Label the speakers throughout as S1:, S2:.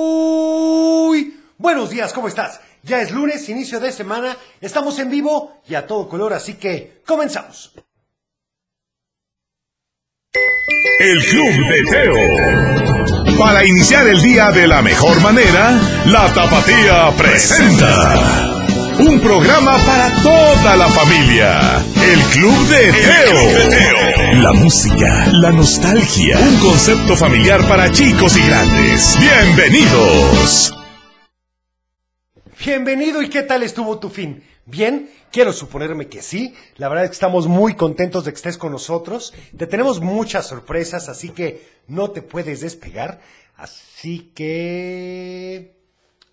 S1: Muy buenos días, ¿cómo estás? Ya es lunes, inicio de semana, estamos en vivo y a todo color, así que comenzamos.
S2: El Club de Teo. Para iniciar el día de la mejor manera, la Tapatía presenta un programa para toda la familia. El Club de Teo. La música, la nostalgia, un concepto familiar para chicos y grandes. Bienvenidos.
S1: Bienvenido y qué tal estuvo tu fin. Bien, quiero suponerme que sí. La verdad es que estamos muy contentos de que estés con nosotros. Te tenemos muchas sorpresas, así que no te puedes despegar. Así que...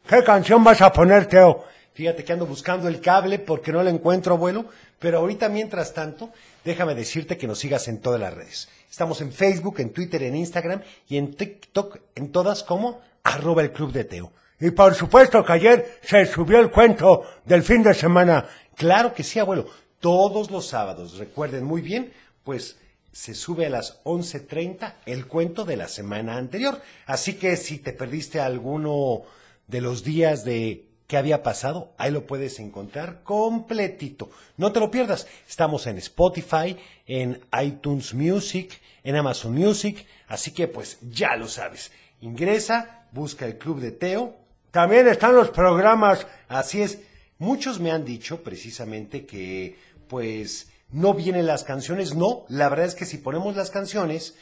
S1: ¿Qué canción vas a poner, Teo? Fíjate que ando buscando el cable porque no lo encuentro, abuelo. Pero ahorita, mientras tanto, déjame decirte que nos sigas en todas las redes. Estamos en Facebook, en Twitter, en Instagram y en TikTok, en todas como arroba el club de Teo. Y por supuesto que ayer se subió el cuento del fin de semana. Claro que sí, abuelo. Todos los sábados, recuerden muy bien, pues se sube a las 11.30 el cuento de la semana anterior. Así que si te perdiste alguno de los días de qué había pasado, ahí lo puedes encontrar completito. No te lo pierdas. Estamos en Spotify, en iTunes Music, en Amazon Music. Así que pues ya lo sabes. Ingresa, busca el Club de Teo. También están los programas. Así es. Muchos me han dicho precisamente que pues no vienen las canciones. No, la verdad es que si ponemos las canciones,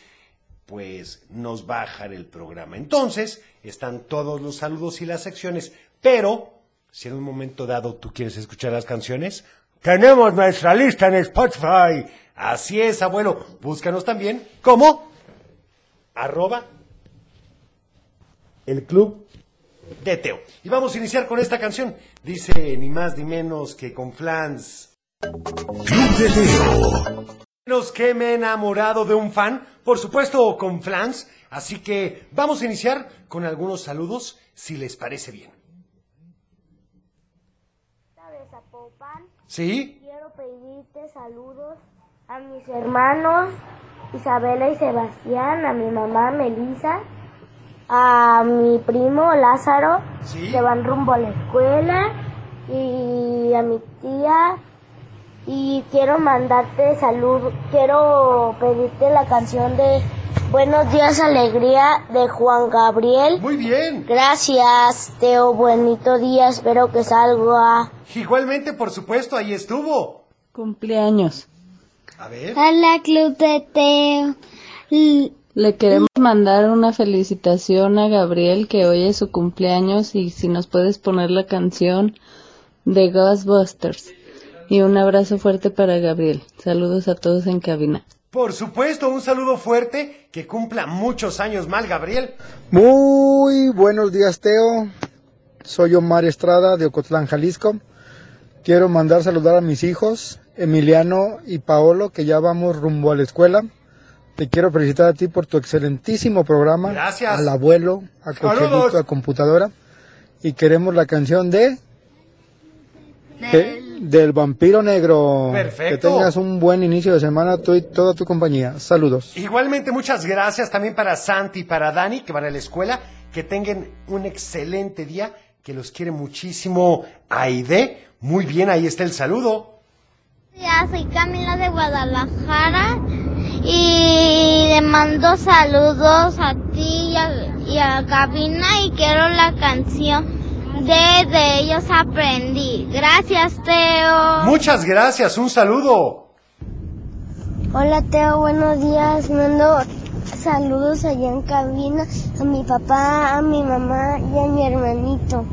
S1: pues nos bajan el programa. Entonces, están todos los saludos y las secciones, pero si en un momento dado tú quieres escuchar las canciones, tenemos nuestra lista en Spotify. Así es, abuelo. Búscanos también como arroba el club de Teo. Y vamos a iniciar con esta canción. Dice ni más ni menos que con Flans.
S2: Club de Teo.
S1: Menos que me he enamorado de un fan, por supuesto con Flans, así que vamos a iniciar con algunos saludos, si les parece bien.
S3: de Zapopan,
S1: ¿Sí?
S3: quiero pedirte saludos a mis hermanos Isabela y Sebastián, a mi mamá Melisa, a mi primo Lázaro,
S1: Sí.
S3: que van rumbo a la escuela, y a mi tía. Y quiero mandarte saludos, quiero pedirte la canción de Buenos días Alegría de Juan Gabriel.
S1: Muy bien.
S3: Gracias, Teo. Bonito día. Espero que salga.
S1: Igualmente, por supuesto, ahí estuvo.
S4: Cumpleaños.
S1: A ver.
S3: Hola, Club de Teo. L-
S4: Le queremos mandar una felicitación a Gabriel que hoy es su cumpleaños y si nos puedes poner la canción de Ghostbusters. Y un abrazo fuerte para Gabriel. Saludos a todos en cabina.
S1: Por supuesto, un saludo fuerte, que cumpla muchos años mal, Gabriel.
S5: Muy buenos días, Teo. Soy Omar Estrada de Ocotlán, Jalisco. Quiero mandar saludar a mis hijos, Emiliano y Paolo, que ya vamos rumbo a la escuela. Te quiero felicitar a ti por tu excelentísimo programa.
S1: Gracias.
S5: Al abuelo, a
S1: Saludos.
S5: Cochelito, a computadora. Y queremos la canción de... de- del vampiro negro.
S1: Perfecto.
S5: Que tengas un buen inicio de semana tú y toda tu compañía. Saludos.
S1: Igualmente, muchas gracias también para Santi y para Dani, que van a la escuela. Que tengan un excelente día, que los quiere muchísimo Aide. Muy bien, ahí está el saludo.
S3: Ya soy Camila de Guadalajara y le mando saludos a ti y a, y a Gabina y quiero la canción de De ellos aprendí. Gracias, Teo.
S1: Muchas gracias, un saludo.
S3: Hola Teo, buenos días. Mando saludos allá en cabina a mi papá, a mi mamá y a mi hermanito.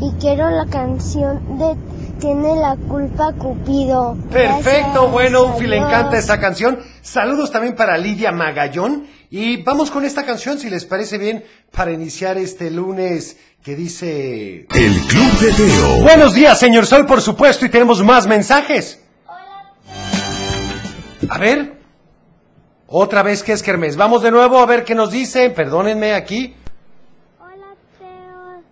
S3: Y quiero la canción de Tiene la culpa Cupido.
S1: Perfecto,
S3: Gracias.
S1: bueno, Ufi le
S3: Adiós.
S1: encanta esa canción. Saludos también para Lidia Magallón. Y vamos con esta canción, si les parece bien, para iniciar este lunes que dice...
S2: El Club de Teo.
S1: Buenos días, señor Sol, por supuesto, y tenemos más mensajes. A ver. Otra vez que es Kermés. Vamos de nuevo a ver qué nos dicen. Perdónenme aquí.
S3: Hola Teo.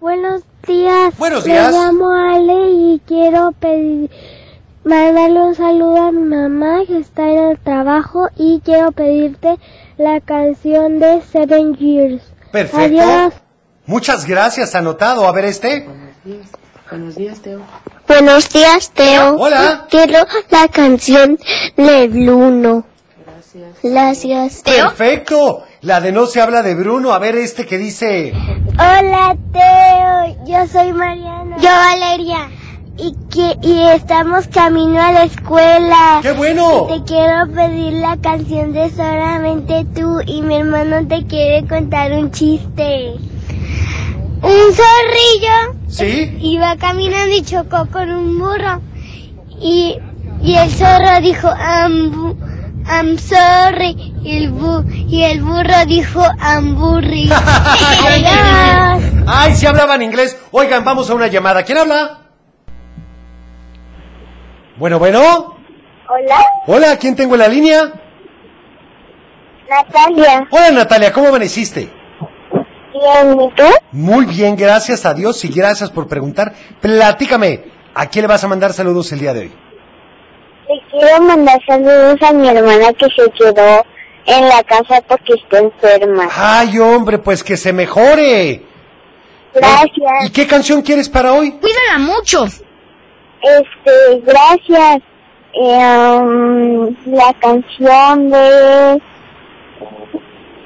S3: Buenos días.
S1: Buenos
S3: Me
S1: días.
S3: llamo Ale y quiero pedir mandarle un saludo a mi mamá que está en el trabajo y quiero pedirte
S6: la canción de Seven Years.
S1: Perfecto.
S6: Adiós.
S1: Muchas gracias, anotado. A ver este.
S4: Buenos días, Teo.
S6: Buenos días, Teo.
S1: Hola.
S6: Quiero la canción de Bruno. Gracias.
S1: Perfecto. La de No se habla de Bruno. A ver este que dice...
S6: Hola, Teo. Yo soy Mariana. Yo, Valeria. Y, que, y estamos camino a la escuela.
S1: ¡Qué bueno!
S6: Te quiero pedir la canción de Solamente tú y mi hermano te quiere contar un chiste. Un zorrillo
S1: ¿Sí?
S6: iba caminando y chocó con un burro. Y, y el zorro dijo, I'm, bu- I'm sorry. Y el, bu- y el burro dijo, I'm burry. Adiós.
S1: Ay, si hablaban inglés. Oigan, vamos a una llamada. ¿Quién habla? Bueno, bueno.
S6: Hola,
S1: Hola, ¿quién tengo en la línea?
S6: Natalia.
S1: Hola, Natalia, ¿cómo amaneciste?
S6: Bien, ¿y tú?
S1: Muy bien, gracias a Dios y gracias por preguntar. Platícame, ¿a quién le vas a mandar saludos el día de hoy?
S6: Le quiero mandar saludos a mi hermana que se quedó en la casa porque está enferma.
S1: Ay, hombre, pues que se mejore. ¿Y
S6: Gracias.
S1: qué canción quieres para hoy?
S3: Cuídala mucho.
S6: Este, gracias. Eh, um, la canción de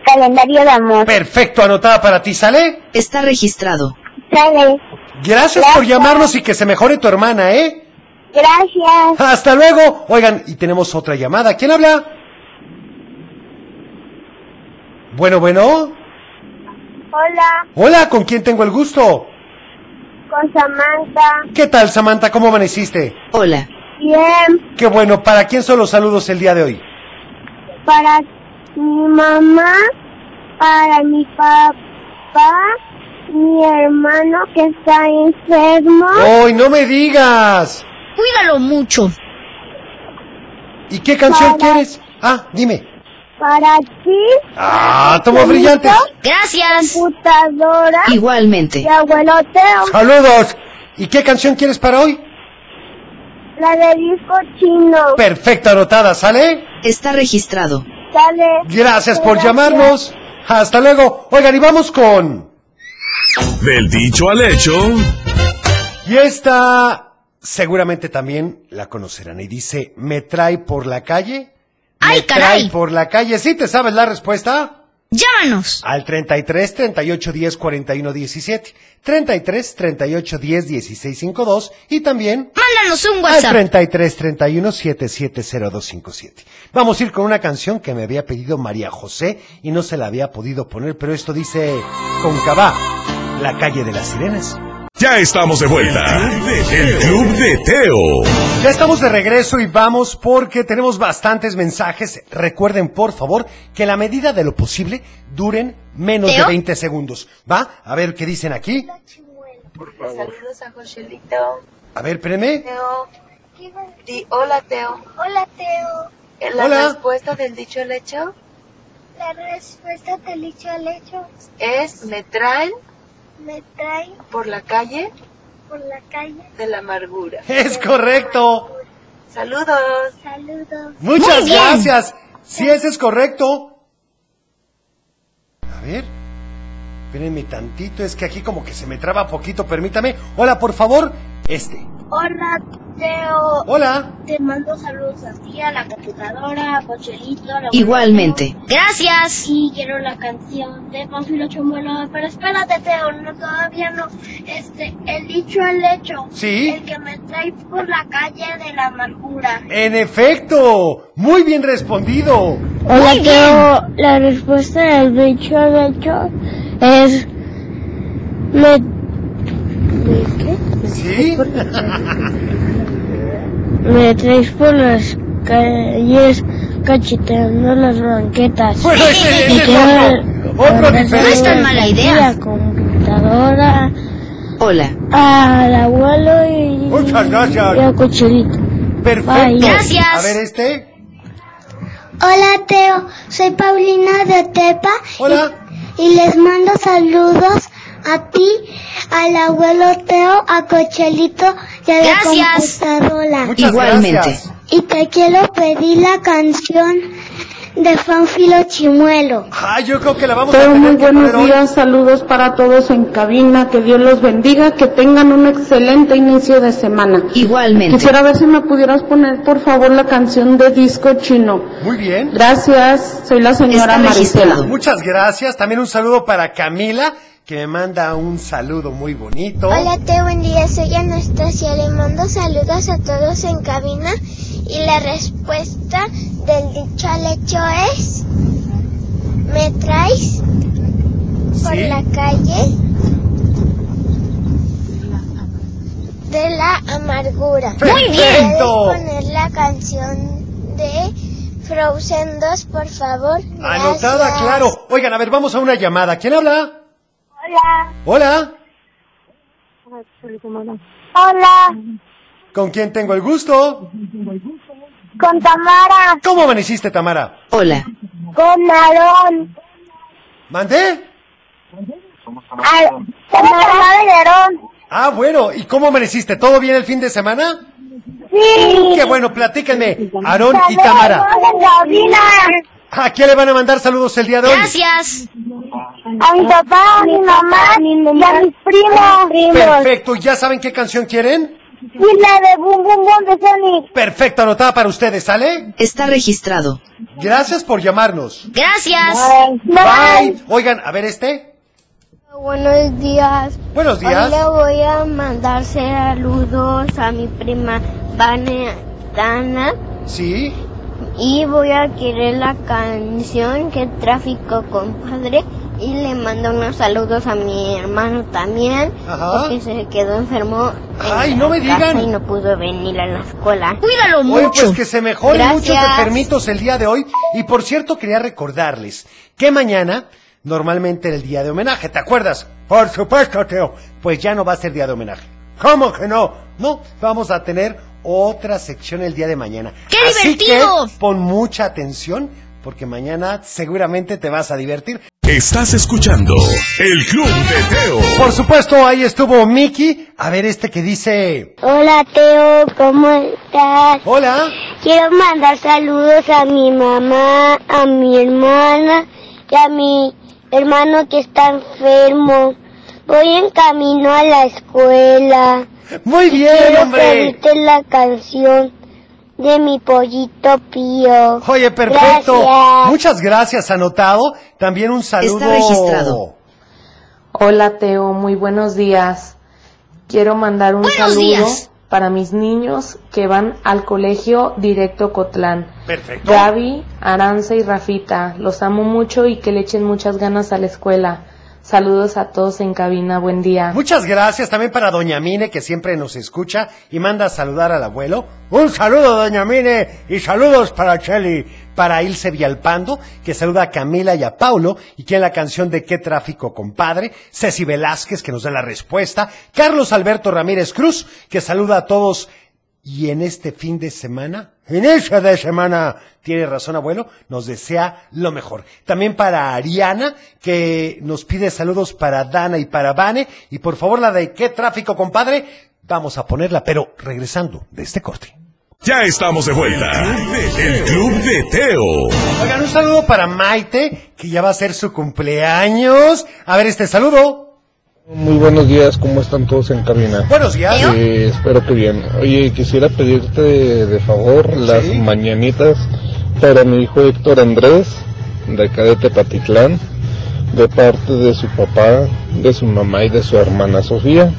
S6: Calendario de Amor.
S1: Perfecto, anotada para ti, ¿sale?
S7: Está registrado.
S6: Sale.
S1: Gracias por
S6: Gracias.
S1: llamarnos y que se mejore tu hermana, ¿eh?
S6: Gracias.
S1: Hasta luego. Oigan, y tenemos otra llamada. ¿Quién habla? Bueno, bueno.
S6: Hola,
S1: Hola, ¿con quién tengo el gusto?
S6: con Samantha.
S1: ¿Qué tal, Samantha? ¿Cómo amaneciste?
S7: Hola.
S6: Bien,
S1: Qué bueno, ¿para quién son los saludos el día de hoy?
S6: para mi mamá, para mi papá, mi hermano que está enfermo.
S1: ¡Ay, no me digas!
S3: Ah. Cuídalo mucho.
S1: ¿Y qué canción
S6: Hola.
S1: quieres? Ah, dime.
S6: Para ti,
S1: Ah, tomo brillantes.
S3: Gracias.
S6: computadora
S7: Igualmente.
S6: y abueloteo.
S1: Saludos. ¿Y qué canción quieres para hoy?
S6: La de disco chino.
S1: Perfecta anotada, ¿sale?
S7: Está registrado.
S6: Sale.
S1: Gracias por
S6: Gracias.
S1: llamarnos. Hasta luego. Oigan, y vamos con...
S2: Del dicho al hecho,
S1: Y esta seguramente también la conocerán. Y dice, ¿me trae por la calle? ¿Me
S3: ¡Ay, caray!
S1: trae por la calle? ¿Sí te sabes la respuesta?
S3: Llámanos.
S1: Al 33 38 10 41 17. 33 38 10 16 52. Y también
S3: Mándanos un
S1: al
S3: WhatsApp.
S1: 33 31 770257. Vamos a ir con una canción que me había pedido María José y no se la había podido poner, pero esto dice con Cabá, la calle de las sirenas.
S2: ya estamos de vuelta. El Club de Teo.
S1: Ya estamos de regreso y vamos porque tenemos bastantes mensajes. Recuerden, por favor, que la medida de lo posible duren menos de
S3: ¿Teo?
S1: 20 segundos. ¿Va? A ver qué dicen aquí.
S8: Saludos a Joselito.
S1: A ver, espérenme.
S8: Teo. Di, hola, Teo.
S6: Hola, Teo.
S8: Eh, La
S1: Hola.
S8: respuesta del dicho al hecho
S6: La respuesta del hecho al hecho
S8: es me traen
S6: me trae
S8: por la calle
S6: por la calle.
S8: de la amargura.
S1: Es correcto.
S8: Saludos.
S6: Saludos.
S1: Muchas
S3: Muy bien.
S1: gracias. Si ese es correcto. A ver. Espérenme tantito, es que aquí como que se me traba poquito, permítame. Hola, por favor. Este.
S6: Hola, Teo.
S1: Hola.
S6: Te mando saludos a ti, a la computadora, a Cochelito. a la
S7: Igualmente.
S3: Gracias.
S6: Sí, quiero la canción de Panfilo Chomuelo, pero espérate, Teo, no, todavía no. Este, el dicho al hecho.
S1: Sí.
S6: El que me trae por la calle de la amargura.
S1: En efecto. Muy bien respondido.
S6: Hola, Teo. La respuesta del dicho al hecho es. Me.
S1: ¿Sí?
S6: Me traes por las calles cacheteando las banquetas.
S1: Bueno, ese, ese es otro. Otro
S3: No es
S1: diferente.
S3: tan mala idea.
S6: La computadora,
S7: Hola.
S6: al abuelo y,
S1: Muchas gracias.
S6: y a Cochelito.
S1: Perfecto.
S3: Gracias.
S1: A ver, este.
S6: Hola Teo, soy Paulina de Tepa
S1: Hola.
S6: y les mando saludos a ti, al abuelo Teo, a Cochelito y a
S3: Gracias.
S6: la computadora.
S1: Muchas
S7: Igualmente.
S1: gracias.
S6: Y te quiero pedir la canción
S3: de Fanfilo Chimuelo.
S1: Ah, yo creo que la vamos a
S9: Teo,
S1: tener
S9: muy
S1: que poner
S9: buenos
S1: hoy.
S9: días, saludos para todos en cabina, que Dios los bendiga, que tengan un excelente inicio de semana.
S10: Igualmente.
S9: Quisiera ver si me pudieras poner, por favor, la canción de disco chino.
S1: Muy bien.
S9: Gracias, soy la señora
S10: Está registrado.
S9: Maricela.
S1: Muchas gracias. También un saludo para Camila, que me manda un saludo muy bonito.
S6: Hola, te buen día. Soy Anastasia. Le mando saludos a todos en cabina. Y la respuesta del dicho al hecho es: ¿Me traes por
S1: Sí.
S6: la calle? De la amargura. ¿Puedes
S1: ¡Perfecto!
S6: poner la canción de Frozen 2, por favor?
S1: Anotada,
S6: Gracias.
S1: claro. Oigan, a ver, vamos a una llamada. ¿Quién habla?
S3: Hola.
S1: Hola.
S3: Hola.
S1: ¿Con quién tengo el gusto?
S3: Con Tamara.
S1: ¿Cómo amaneciste, Tamara?
S10: Hola.
S3: Con Aarón.
S1: ¿Mandé?
S3: Con Tamara y Aarón.
S1: Ah, bueno. ¿Y cómo amaneciste? ¿Todo bien el fin de semana?
S3: Sí.
S1: Qué bueno, platíquenme. Aarón y Tamara.
S3: en cabina.
S1: ¿A quién le van a mandar saludos el día de hoy?
S10: Gracias.
S3: A mi papá, a mi mamá y a mis primos.
S1: Perfecto. ¿Y ya saben qué canción quieren?
S3: Y la de Bum Bum Bum de Sonic.
S1: Perfecto, anotada para ustedes, ¿sale?
S10: Está registrado.
S1: Gracias por llamarnos.
S10: Gracias.
S1: Bye. Oigan, a ver este.
S6: Buenos días.
S1: Buenos días.
S6: Hoy le voy a mandar saludos a mi prima Vanetana
S1: Sí.
S6: y voy a querer la canción que tráfico compadre y le mando unos saludos a mi hermano también
S1: Ajá.
S6: porque se quedó enfermo en
S1: Ay, no
S6: la
S1: me
S6: casa
S1: digan.
S6: y no pudo venir a la escuela.
S10: Cuídalo
S1: Oye, pues que se mejoren
S6: Gracias.
S1: muchos enfermitos el día de hoy. Y por cierto, quería recordarles que mañana, normalmente era el día de homenaje, ¿te acuerdas? Por supuesto, Teo. Pues ya no va a ser día de homenaje. ¿Cómo que no? No, vamos a tener otra sección el día de mañana.
S10: ¡Qué
S1: Así
S10: divertido!
S1: Que pon mucha atención porque mañana seguramente te vas a divertir.
S2: Estás escuchando El Club de Teo.
S1: Por supuesto, ahí estuvo Miki. A ver este que dice...
S3: Hola Teo, ¿cómo estás?
S1: Hola.
S3: Quiero mandar saludos a mi mamá, a mi hermana y a mi hermano que está enfermo. Voy en camino a la escuela.
S1: Muy bien,
S3: Quiero
S1: hombre.
S3: pedirte la canción de mi pollito pío.
S1: Oye, perfecto.
S3: Gracias.
S1: Muchas gracias, anotado. También un saludo.
S10: Está registrado.
S9: Hola, Teo, muy buenos días. Quiero mandar un
S10: Buenos
S9: saludo
S10: días.
S9: para mis niños que van al colegio directo Cotlán.
S1: Perfecto.
S9: Gaby, Aranza y Rafita, los amo mucho y que le echen muchas ganas a la escuela. Saludos a todos en cabina, buen día.
S1: Muchas gracias también para Doña Mine, que siempre nos escucha y manda a saludar al abuelo. Un saludo, Doña Mine, y saludos para Cheli, para Ilse Vialpando, que saluda a Camila y a Paulo, y quien la canción de Qué tráfico, compadre. Ceci Velázquez, que nos da la respuesta. Carlos Alberto Ramírez Cruz, que saluda a todos. Y en este fin de semana, inicio de semana, tiene razón abuelo, nos desea lo mejor. También para Ariana, que nos pide saludos para Dana y para Vane. Y por favor, la de qué tráfico, compadre, vamos a ponerla, pero regresando de este corte.
S2: Ya estamos de vuelta. El Club de Teo.
S1: Oigan, un saludo para Maite, que ya va a ser su cumpleaños. A ver este saludo.
S11: Muy buenos días, ¿cómo están todos en cabina?
S1: Buenos días.
S11: Eh, espero que bien. Oye, quisiera pedirte de favor las
S1: Sí.
S11: mañanitas para mi hijo Héctor Andrés, de acá de Tepatitlán, de parte de su papá, de su mamá y de su hermana Sofía,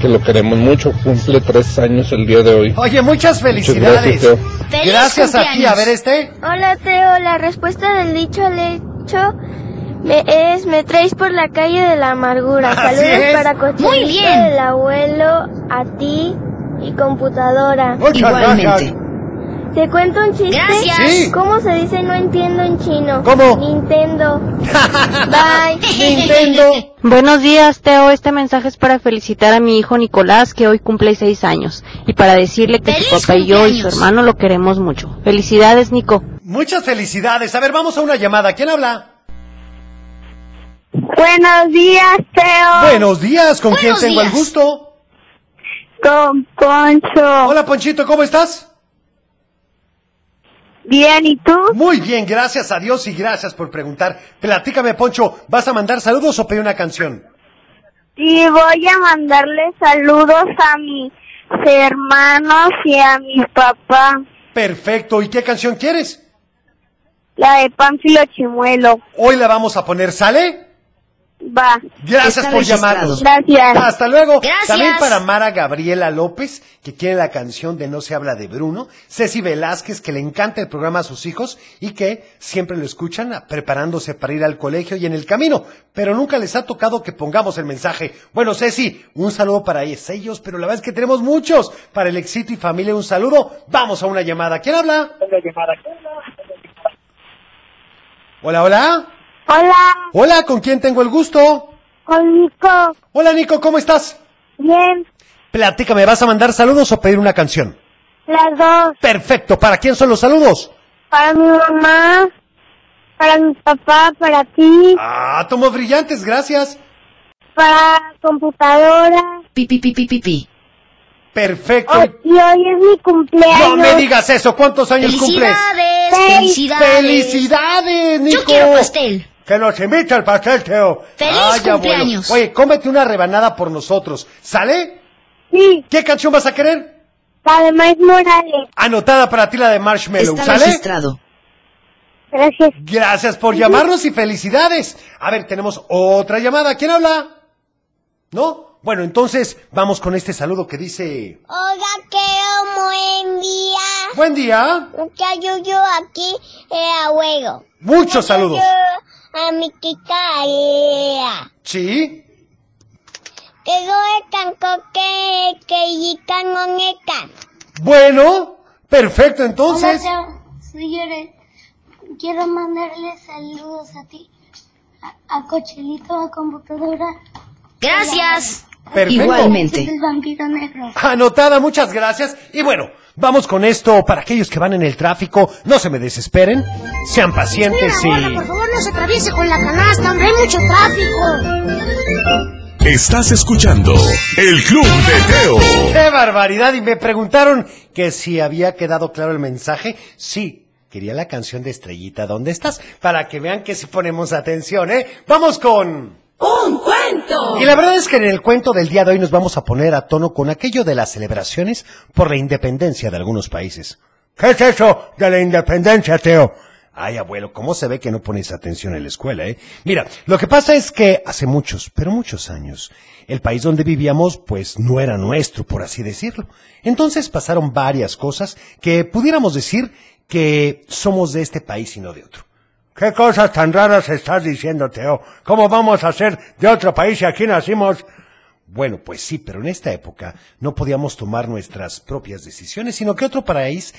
S11: que lo queremos mucho, cumple tres años el día de hoy.
S1: Oye, muchas felicidades.
S11: Teo.
S10: Feliz
S1: Gracias a ti.
S10: cumpleaños.
S1: A ver este.
S6: Hola Teo, la respuesta del dicho al hecho me- es me traes por la calle de la amargura.
S1: Así
S6: Saludos
S1: es.
S6: para Cochino
S10: Muy bien.
S6: del abuelo, a ti y computadora.
S1: Muchas
S10: Igualmente.
S1: gracias.
S6: Te cuento un chiste.
S10: Gracias.
S1: Sí.
S6: ¿Cómo se dice no entiendo en chino?
S1: ¿Cómo?
S6: Nintendo. Bye.
S1: Nintendo.
S9: Buenos días, Teo. Este mensaje es para felicitar a mi hijo Nicolás, que hoy cumple seis años, y para decirle que
S10: ¡Feliz
S9: su papá y yo y su
S10: cumpleaños!
S9: hermano lo queremos mucho. Felicidades, Nico.
S1: Muchas felicidades. A ver, vamos a una llamada. ¿Quién habla?
S3: Buenos días, Teo.
S1: Buenos días. ¿Con quién
S10: Buenos
S1: tengo el
S10: días.
S1: gusto?
S3: Con Poncho.
S1: Hola, Ponchito, ¿cómo estás?
S6: Bien, ¿y tú?
S1: Muy bien, gracias a Dios y gracias por preguntar. Platícame, Poncho, ¿vas a mandar saludos o pedir una canción?
S6: Y voy a mandarle saludos a mis hermanos y a mi papá,
S1: Perfecto, ¿y qué canción quieres?
S6: la de Pánfilo Chimuelo.
S1: Hoy la vamos a poner, ¿sale?
S6: Va.
S1: Gracias
S7: Está
S1: por
S7: registrado.
S1: llamarnos.
S6: Gracias.
S1: Hasta luego.
S7: Gracias.
S1: También para Mara Gabriela López, que quiere la canción de No se habla de Bruno. Ceci Velázquez, que le encanta el programa a sus hijos y que siempre lo escuchan ah, preparándose para ir al colegio y en el camino. Pero nunca les ha tocado que pongamos el mensaje. Bueno, Ceci, un saludo para ellos, pero la verdad es que tenemos muchos. Para el éxito y familia, un saludo. Vamos a una llamada. ¿Quién habla? Hola, hola.
S6: Hola,
S1: Hola, ¿con quién tengo el gusto?
S6: conmigo.
S1: Hola, Nico, ¿cómo estás?
S6: Bien,
S1: Platícame, ¿vas a mandar saludos o pedir una canción?
S6: las dos.
S1: Perfecto, ¿para quién son los saludos?
S6: Para mi mamá, para mi papá, para ti,
S1: Ah, tomos brillantes, gracias.
S6: para computadora.
S7: Pi, pi, pi, pi, pi, pi.
S1: Perfecto.
S6: Oh, y hoy es mi cumpleaños.
S1: No me digas eso, ¿cuántos años cumples?
S7: ¡Felicidades!
S6: Fel-
S7: ¡Felicidades!
S1: ¡Felicidades, Nico!
S7: Yo quiero pastel.
S1: Que nos invite al pastel, Teo.
S7: ¡Feliz
S1: abuelo.
S7: cumpleaños!
S1: Oye, cómete una rebanada por nosotros, ¿sale?
S6: Sí,
S1: ¿Qué canción vas a querer?
S6: para Maes Morales.
S1: Anotada para ti la de Marshmallow,
S7: Está
S1: ¿sale?
S7: registrado.
S6: Gracias.
S1: Gracias por llamarnos y felicidades. A ver, tenemos otra llamada. ¿Quién habla? ¿No? Bueno, entonces vamos con este saludo que dice...
S3: Hola, quiero buen día.
S1: Buen día.
S3: Que yo, yo aquí, el abuelo.
S1: Muchos saludos.
S3: A mi tita Lea.
S1: Sí.
S3: Que yo el canco que, que y canoneta.
S1: Bueno, perfecto entonces.
S3: señores, quiero mandarle saludos a ti, a, Cochelito, a Computadora,
S7: Gracias.
S1: Perfecto.
S7: Igualmente.
S3: Vampiro Negro.
S1: Anotada, muchas gracias. Y bueno, vamos con esto para aquellos que van en el tráfico. No se me desesperen. Sean pacientes y...
S3: favor, no se atraviese con la canasta, hombre, hay mucho tráfico.
S2: Estás escuchando El Club de Teo.
S1: ¡Qué barbaridad! Y me preguntaron que si había quedado claro el mensaje. Sí, quería la canción de Estrellita, ¿dónde estás? Para que vean que si ponemos atención, ¿eh? Vamos con...
S12: ¡Un cuento!
S1: Y la verdad es que en el cuento del día de hoy nos vamos a poner a tono con aquello de las celebraciones por la independencia de algunos países. ¿Qué es eso de la independencia, Teo? Ay, abuelo, ¿cómo se ve que no pones atención en la escuela, eh? Mira, lo que pasa es que hace muchos, pero muchos años, el país donde vivíamos, pues no era nuestro, por así decirlo. Entonces pasaron varias cosas que pudiéramos decir que somos de este país y no de otro. ¿Qué cosas tan raras estás diciendo, Teo? ¿Cómo vamos a ser de otro país si aquí nacimos? Bueno, pues sí, pero en esta época no podíamos tomar nuestras propias decisiones, sino que otro país...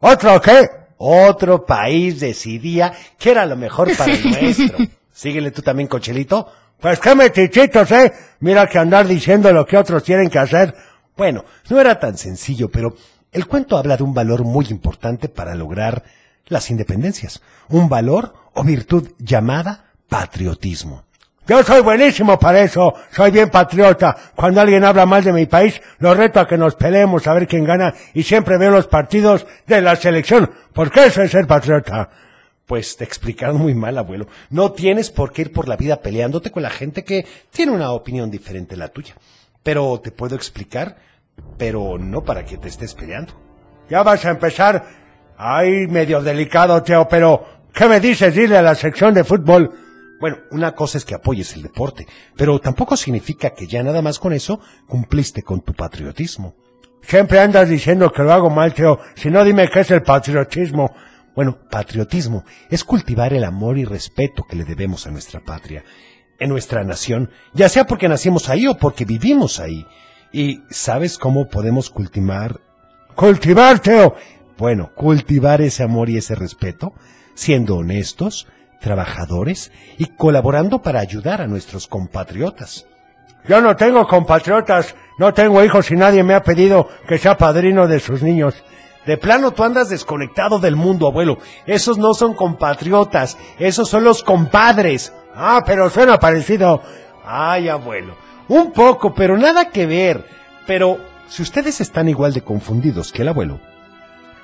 S1: ¿Otro qué? Otro país decidía que era lo mejor para el nuestro. Síguele tú también, Cochelito. Pues qué metichitos, ¿eh? Mira que andar diciendo lo que otros tienen que hacer. Bueno, no era tan sencillo, pero el cuento habla de un valor muy importante para lograr las independencias. Un valor o virtud llamada patriotismo. Yo soy buenísimo para eso, soy bien patriota. Cuando alguien habla mal de mi país, lo reto a que nos peleemos a ver quién gana y siempre veo los partidos de la selección, porque eso es ser patriota. Pues te explicaron muy mal, abuelo. No tienes por qué ir por la vida peleándote con la gente que tiene una opinión diferente a la tuya. Pero te puedo explicar, pero no para que te estés peleando. Ya vas a empezar. Ay, medio delicado, Teo, pero ¿qué me dices? Dile a la sección de fútbol. Bueno, una cosa es que apoyes el deporte, pero tampoco significa que ya nada más con eso cumpliste con tu patriotismo. Siempre andas diciendo que lo hago mal, Teo. Si no, dime qué es el patriotismo. Bueno, patriotismo es cultivar el amor y respeto que le debemos a nuestra patria, en nuestra nación, ya sea porque nacimos ahí o porque vivimos ahí. ¿Y sabes cómo podemos cultivar? ¡Cultivar, Teo! Bueno, cultivar ese amor y ese respeto, siendo honestos, trabajadores y colaborando para ayudar a nuestros compatriotas. Yo no tengo compatriotas, no tengo hijos y nadie me ha pedido que sea padrino de sus niños. De plano tú andas desconectado del mundo, abuelo. Esos no son compatriotas, esos son los compadres. Ah, pero suena parecido. Ay, abuelo. Un poco, pero nada que ver. Pero si ustedes están igual de confundidos que el abuelo,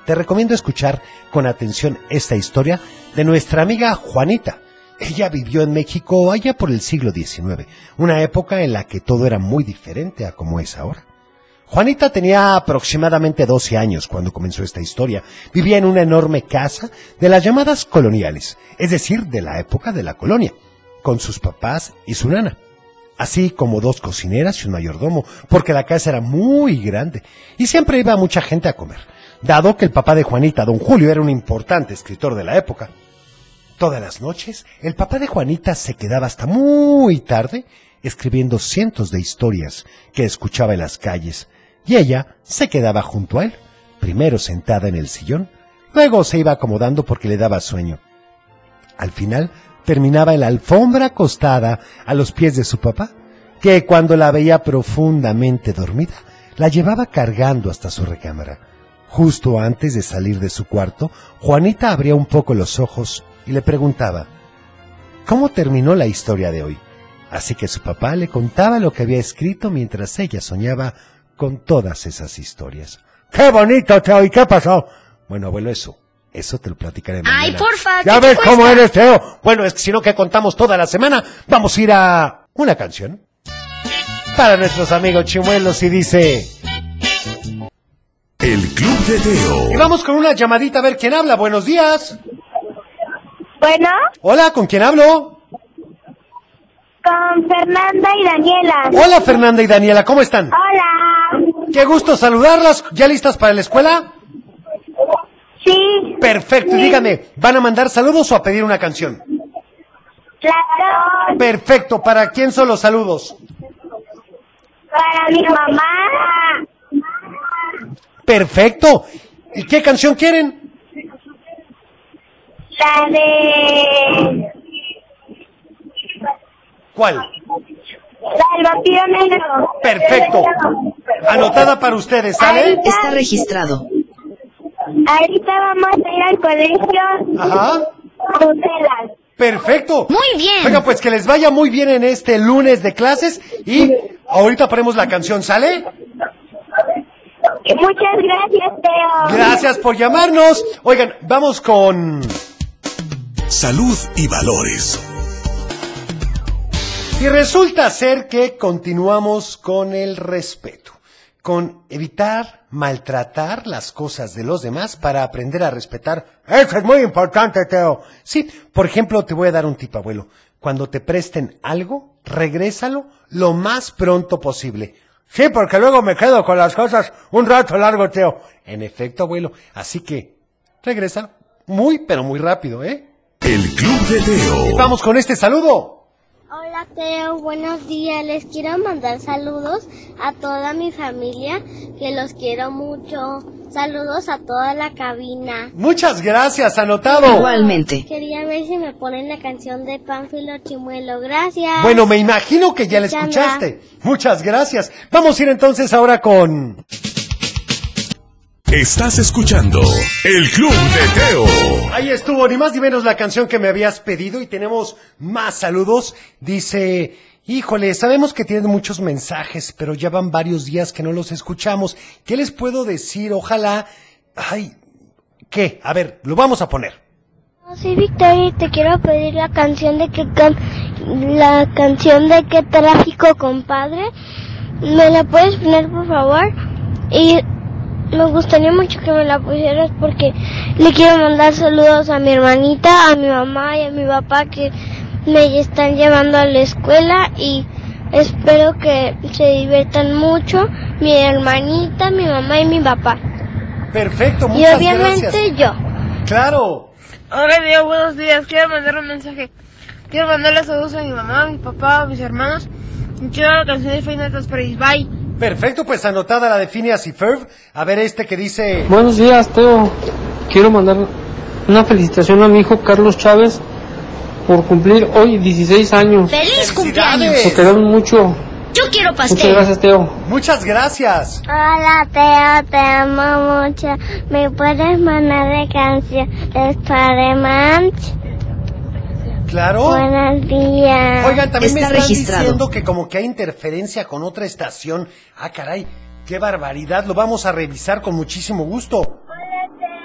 S1: te recomiendo escuchar con atención esta historia de nuestra amiga Juanita. Ella vivió en México allá por el siglo XIX, una época en la que todo era muy diferente a como es ahora. Juanita tenía aproximadamente 12 años cuando comenzó esta historia. Vivía en una enorme casa de las llamadas coloniales, es decir, de la época de la colonia, con sus papás y su nana, así como dos cocineras y un mayordomo, porque la casa era muy grande y siempre iba mucha gente a comer, dado que el papá de Juanita, don Julio, era un importante escritor de la época. Todas las noches, el papá de Juanita se quedaba hasta muy tarde escribiendo cientos de historias que escuchaba en las calles, y ella se quedaba junto a él, primero sentada en el sillón, luego se iba acomodando porque le daba sueño. Al final terminaba en la alfombra acostada a los pies de su papá, que cuando la veía profundamente dormida, la llevaba cargando hasta su recámara. Justo antes de salir de su cuarto, Juanita abría un poco los ojos y le preguntaba, ¿Cómo terminó la historia de hoy? Así que su papá le contaba lo que había escrito mientras ella soñaba con todas esas historias. ¡Qué bonito, Teo! ¿Y qué pasó? Bueno, abuelo, eso. Eso te lo platicaré mañana.
S13: Ay, porfa,
S1: ¿Ya
S13: ¿qué te
S1: ves cómo
S13: cuesta?
S1: eres, Teo? Bueno, es que si no que contamos toda la semana, vamos a ir a una canción. Para nuestros amigos chimuelos y dice...
S2: El Club de
S1: Y
S2: Teo.
S1: vamos con una llamadita a ver quién habla. Buenos días.
S3: Bueno,
S1: Hola, ¿con quién hablo?
S3: con Fernanda y Daniela. Ah.
S1: Hola, Fernanda y Daniela, ¿cómo están?
S3: Hola.
S1: Qué gusto saludarlas. ¿Ya listas para la escuela?
S3: Sí,
S1: Perfecto, y
S3: Sí.
S1: díganme, ¿van a mandar saludos o a pedir una canción?
S3: claro.
S1: Perfecto, ¿para quién son los saludos?
S3: Para mi mamá.
S1: Perfecto. ¿Y qué canción quieren?
S3: La de...
S1: ¿Cuál?
S3: La del vampiro negro.
S1: Perfecto. Anotada para ustedes, ¿sale?
S13: Está registrado.
S3: Ahorita vamos a ir al colegio
S1: Ajá.
S3: Bruselas.
S1: Perfecto.
S13: Muy bien.
S1: Venga, pues que les vaya muy bien en este lunes de clases y ahorita ponemos la canción, ¿sale?
S3: Muchas gracias, Teo.
S1: Gracias por llamarnos. Oigan, vamos con...
S2: Salud y valores.
S1: Y resulta ser que continuamos con el respeto, con evitar maltratar las cosas de los demás para aprender a respetar. Eso es muy importante, Teo. Sí, por ejemplo, te voy a dar un tip, abuelo. Cuando te presten algo, regrésalo lo más pronto posible. Sí, porque luego me quedo con las cosas un rato largo, Teo. En efecto, abuelo. Así que, regrésalo muy, pero muy rápido, ¿eh?
S2: El Club de Teo.
S1: Vamos con este saludo.
S6: Hola Teo, buenos días. Les quiero mandar saludos a toda mi familia, que los quiero mucho. Saludos a toda la cabina.
S1: Muchas gracias, anotado.
S13: Igualmente.
S6: Quería ver si me ponen la canción de Pánfilo Chimuelo. Gracias.
S1: Bueno, me imagino que ya la
S6: Ya la-
S1: escuchaste. Muchas gracias. Vamos a ir entonces ahora con...
S2: Estás escuchando El Club de Teo.
S1: Ahí estuvo, ni más ni menos la canción que me habías pedido y tenemos más saludos. Dice, híjole, sabemos que tienen muchos mensajes, pero ya van varios días que no los escuchamos. ¿Qué les puedo decir? Ojalá... Ay, ¿qué? A ver, lo vamos a poner.
S6: Soy Victoria y te quiero pedir la canción de que can- la canción de que tráfico compadre. ¿Me la puedes poner por favor? Y me gustaría mucho que me la pusieras porque le quiero mandar saludos a mi hermanita, a mi mamá y a mi papá que me están llevando a la escuela y espero que se diviertan mucho mi hermanita, mi mamá y mi papá.
S1: Perfecto,
S6: Y
S1: muchas
S6: obviamente
S1: gracias.
S6: yo.
S1: Claro.
S14: Hola, Diego, buenos días. Quiero mandar un mensaje. Quiero mandarle saludos a mi mamá, a mi papá, a mis hermanos. Quiero la canción de Final Fantasy. Bye.
S1: Perfecto, pues anotada la de Phineas y Ferb. A ver este que dice...
S9: Buenos días, Teo. Quiero mandar una felicitación a mi hijo Carlos Chávez por cumplir hoy 16 años.
S13: ¡Feliz
S1: ¡Felicidades!
S13: cumpleaños!
S9: Te quedan mucho.
S13: Yo quiero
S9: Muchas
S13: pastel.
S9: gracias, Teo.
S1: Muchas gracias.
S6: Hola Teo, te amo mucho. ¿Me puedes mandar de canción de Spider-Man?
S1: Claro.
S6: Buenos días.
S1: Oigan, también me
S13: Está
S1: están
S13: registrado.
S1: diciendo que como que hay interferencia con otra estación. Ah, caray, qué barbaridad. Lo vamos a revisar con muchísimo gusto.
S6: Hola Teo,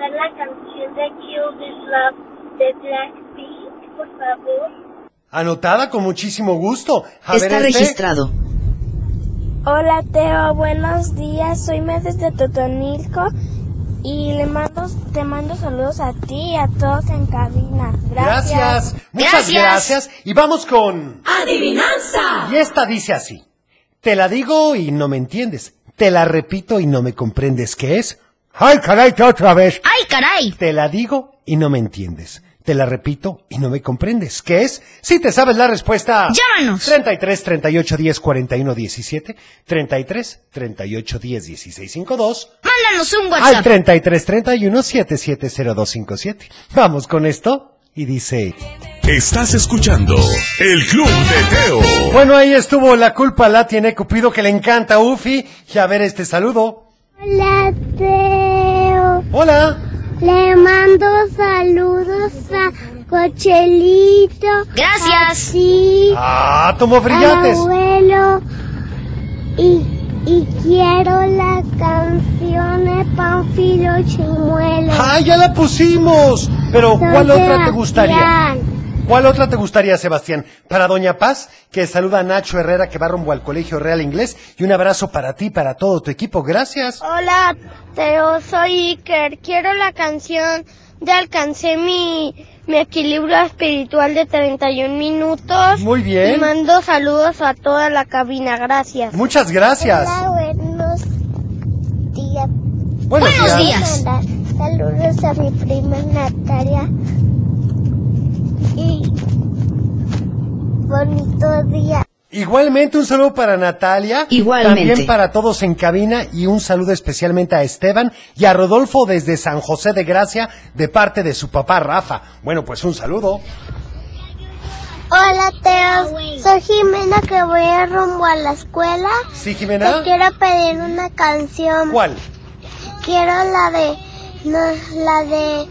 S15: la canción de Kill This Love de Blackpink, por favor?
S1: Anotada con muchísimo gusto. A
S7: Está
S1: ver, este.
S7: registrado.
S16: Hola Teo, buenos días. Soy Medes de Totonilco y le mando, te mando saludos a ti y a todos en cabina. Gracias.
S1: Gracias. Muchas gracias. Y vamos con...
S16: Adivinanza.
S1: Y esta dice así. Te la digo y no me entiendes. Te la repito y no me comprendes. ¿Qué es? ¡Ay, caray, que otra vez!
S7: ¡Ay, caray!
S1: Te la digo y no me entiendes. Te la repito y no me comprendes. ¿Qué es? Si te sabes la respuesta...
S7: Llámanos.
S1: 33 38 10 41 17 33 38 10 16 52
S7: Mándanos un
S1: al
S7: WhatsApp.
S1: 33 31 770257. Vamos con esto y dice...
S2: Estás escuchando El Club de Teo.
S1: Bueno, ahí estuvo la culpa la tiene Cupido que le encanta a Ufi. Y a ver este saludo.
S15: Hola, Teo.
S1: Hola.
S15: Le mando saludos a Cochelito. Gracias. A ti,
S1: Ah, tomó
S15: al
S1: brillantes.
S15: abuelo. Y, y quiero las canciones Panfilo Chimuelo.
S1: Ah, ya la pusimos. Pero ¿cuál otra te gustaría?
S15: Sebastián.
S1: ¿Cuál otra te gustaría, Sebastián? Para Doña Paz, que saluda a Nacho Herrera que va rumbo al Colegio Real Inglés. Y un abrazo para ti, para todo tu equipo. Gracias.
S6: Hola, Teo, soy Iker. Quiero la canción de Alcancé mi, mi equilibrio espiritual de 31 minutos.
S1: Muy
S6: Y
S1: bien.
S6: mando saludos a toda la cabina. Gracias.
S1: Muchas gracias.
S6: buenos días.
S1: Buenos Buenos días.
S6: Saludos a mi prima Natalia. Y bonito día.
S1: Igualmente un saludo para Natalia,
S7: Igualmente.
S1: también para todos en cabina y un saludo especialmente a Esteban y a Rodolfo desde San José de Gracia de parte de su papá Rafa. Bueno, pues un saludo.
S6: Hola Teo, soy Jimena que voy rumbo a la escuela.
S1: Sí,
S6: Te
S1: Jimena.
S6: quiero pedir una canción.
S1: ¿Cuál?
S6: Quiero la de no, la de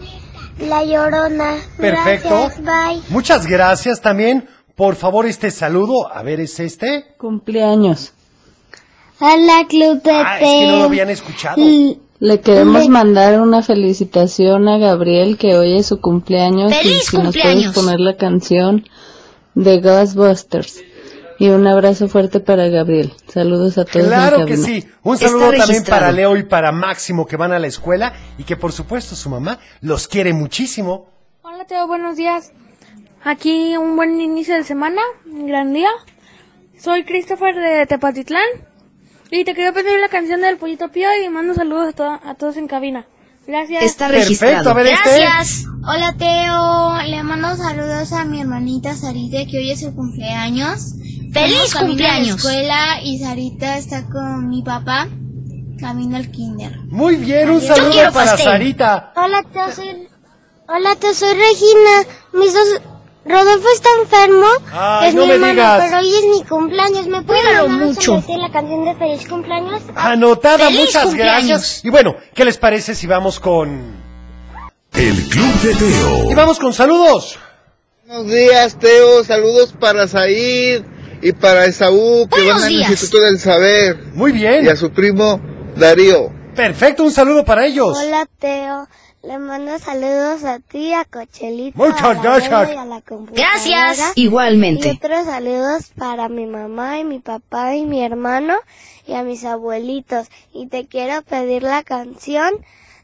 S6: La Llorona.
S1: Perfecto.
S6: Gracias, bye.
S1: Muchas gracias también. Por favor, este saludo, a ver, ¿es este?
S4: Cumpleaños.
S6: Hola Club de
S1: Ah, es que no lo habían escuchado.
S6: Mm.
S4: Le queremos
S6: Le-
S4: mandar una felicitación a Gabriel que hoy es su cumpleaños
S7: ¡Feliz
S4: y si
S7: cumpleaños!
S4: nos puedes poner la canción de Ghostbusters. Y un abrazo fuerte para Gabriel. Saludos a todos. en
S1: Claro que
S4: cabina.
S1: sí. Un
S7: Está
S1: saludo también
S7: registrado.
S1: para Leo y para Máximo que van a la escuela y que por supuesto su mamá los quiere muchísimo.
S17: Hola Teo, buenos días. Aquí un buen inicio de semana, un gran día. Soy Christopher de Tepatitlán y te quería pedir la canción del Pollito Pío y mando saludos a, to- a todos en cabina. Gracias.
S7: Está registrado.
S1: a ver, este.
S7: Gracias.
S16: Hola Teo, le mando saludos a mi hermanita Sarita que hoy es su cumpleaños.
S7: ¡Feliz
S16: Vamos camino a la
S7: cumpleaños!
S16: escuela y Sarita está con mi papá camino al kinder.
S1: Muy bien, un
S16: Yo
S1: saludo
S16: quiero
S1: para
S16: pastel.
S1: Sarita.
S6: Hola Teo, soy Hola Teo, soy Regina. Mis dos Rodolfo está enfermo.
S1: Ay,
S6: es
S1: no
S6: mi
S1: me
S6: hermano,
S1: digas.
S6: pero hoy es mi cumpleaños. ¿Me puede
S7: Cuídalo
S6: mandar un
S7: mucho.
S6: saludo de la canción de feliz cumpleaños?
S1: Anotada,
S7: ¡Feliz
S1: muchas
S7: cumpleaños!
S1: gracias. Y bueno, ¿qué les parece si vamos con...
S2: El Club de
S1: Y
S2: Teo.
S1: vamos con saludos.
S18: Buenos días, Teo. Saludos para Said y para Esaú, que
S7: Buenos
S18: van al
S7: días.
S18: Instituto del Saber.
S1: Muy bien.
S18: Y a su primo Darío.
S1: Perfecto, un saludo para ellos.
S6: Hola Teo, le mando saludos a ti, a Cochelito,
S1: Muchas
S6: a la
S1: gracias.
S6: abuela y a la computadora.
S7: Gracias.
S6: Y
S7: Igualmente.
S6: otros saludos para mi mamá y mi papá y mi hermano y a mis abuelitos. Y te quiero pedir la canción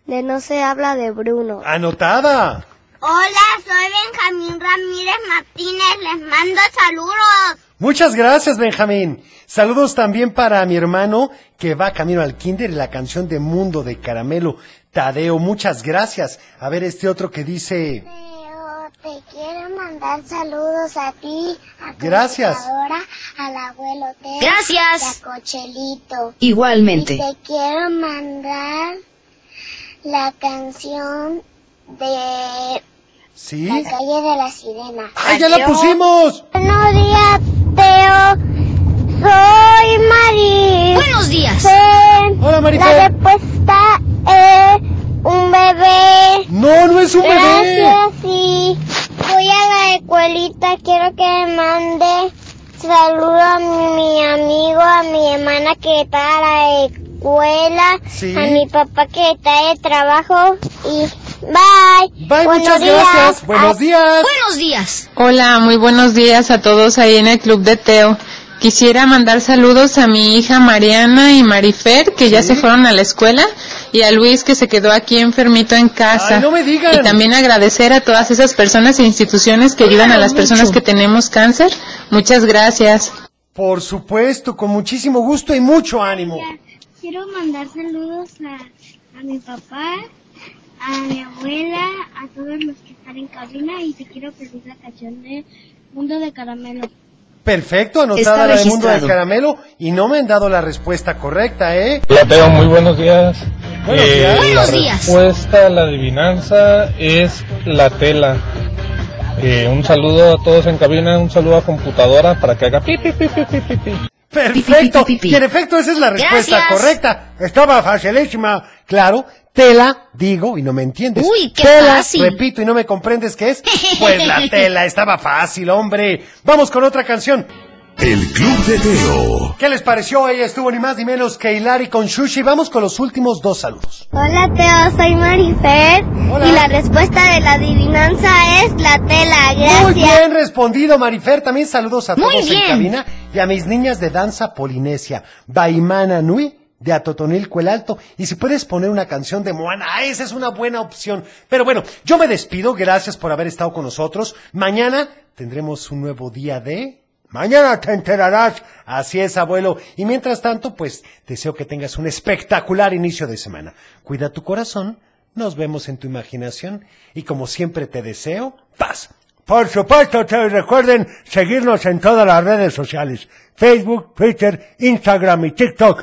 S6: de No se habla de Bruno.
S1: Anotada.
S15: Hola, soy Benjamín Ramírez Martínez. Les mando saludos.
S1: Muchas gracias, Benjamín. Saludos también para mi hermano que va camino al kinder y la canción de Mundo de Caramelo. Tadeo, muchas gracias. A ver este otro que dice...
S15: Teo, te quiero mandar saludos a ti, a
S1: Gracias.
S15: computadora, al abuelo Teo,
S7: Gracias.
S15: y a Cochelito.
S7: Igualmente.
S15: Y te quiero mandar la canción de
S1: ¿Sí?
S15: La calle de la sirena.
S1: ¡Ay, ya la pusimos!
S15: Buenos días, Teo. Soy Mari.
S7: Buenos días.
S15: Fe.
S1: Hola,
S15: La
S1: Marifé.
S15: respuesta es un bebé.
S1: No, no es un bebé.
S15: Gracias y voy a la escuelita. Quiero que me mande saludos a mi amigo, a mi hermana que está a la escuela,
S1: Sí.
S15: a mi papá que está de trabajo y Bye.
S1: Bye, muchas gracias. Buenos días.
S7: Buenos días.
S9: Hola, muy buenos días a todos ahí en el Club de Teo. Quisiera mandar saludos a mi hija Mariana y Marifer, que ya se fueron a la escuela, y a Luis, que se quedó aquí enfermito en casa.
S1: Ay, no me digan.
S9: Y también agradecer a todas esas personas e instituciones que ayudan a las
S1: mucho.
S9: personas que tenemos cáncer. Muchas gracias.
S1: Por supuesto, con muchísimo gusto y mucho ánimo.
S15: Quiero mandar saludos a, a mi papá, a mi abuela, a todos los que están en cabina y te quiero pedir la canción de Mundo de Caramelo.
S1: Perfecto, anotada
S15: Está
S1: la del mundo del
S15: registrado.
S1: caramelo y no me han dado la respuesta correcta, ¿eh?
S11: Hola, Teo, muy buenos días. Eh,
S1: Buenos días. Buenos
S11: la
S1: días.
S11: respuesta a la adivinanza es la tela. Eh, un saludo a todos en cabina, un saludo a computadora para que haga pip, pip, pip, pip, pip, pip.
S1: Perfecto. Y en efecto, esa es la respuesta
S11: Gracias.
S1: correcta. Estaba facilísima. Claro, tela, digo, y no me entiendes.
S7: Uy, qué
S1: tela,
S7: fácil.
S1: repito, y no me comprendes qué es. Pues la tela estaba fácil, hombre. Vamos con otra canción.
S2: El Club de Teo.
S1: ¿Qué les pareció? Ella estuvo ni más ni menos que Hilary con Shushi. Vamos con los últimos dos saludos.
S15: Hola Teo, soy Marifer y la respuesta de la adivinanza es la tela.
S1: Muy
S15: Gracias.
S1: bien respondido, Marifer. También saludos a
S15: Muy
S1: todos en
S15: bien.
S1: cabina y a mis niñas de danza polinesia, Baimana Nui de Atotonilco el Alto. Y si puedes poner una canción de Moana, ah, esa es una buena opción. Pero bueno, yo me despido. Gracias por haber estado con nosotros. Mañana tendremos un nuevo día de... Mañana te enterarás. Así es, abuelo. Y mientras tanto, pues deseo que tengas un espectacular inicio de semana. Cuida tu corazón, nos vemos en tu imaginación y como siempre te deseo paz. Por supuesto, te- recuerden seguirnos en todas las redes sociales. Facebook, Twitter, Instagram y TikTok.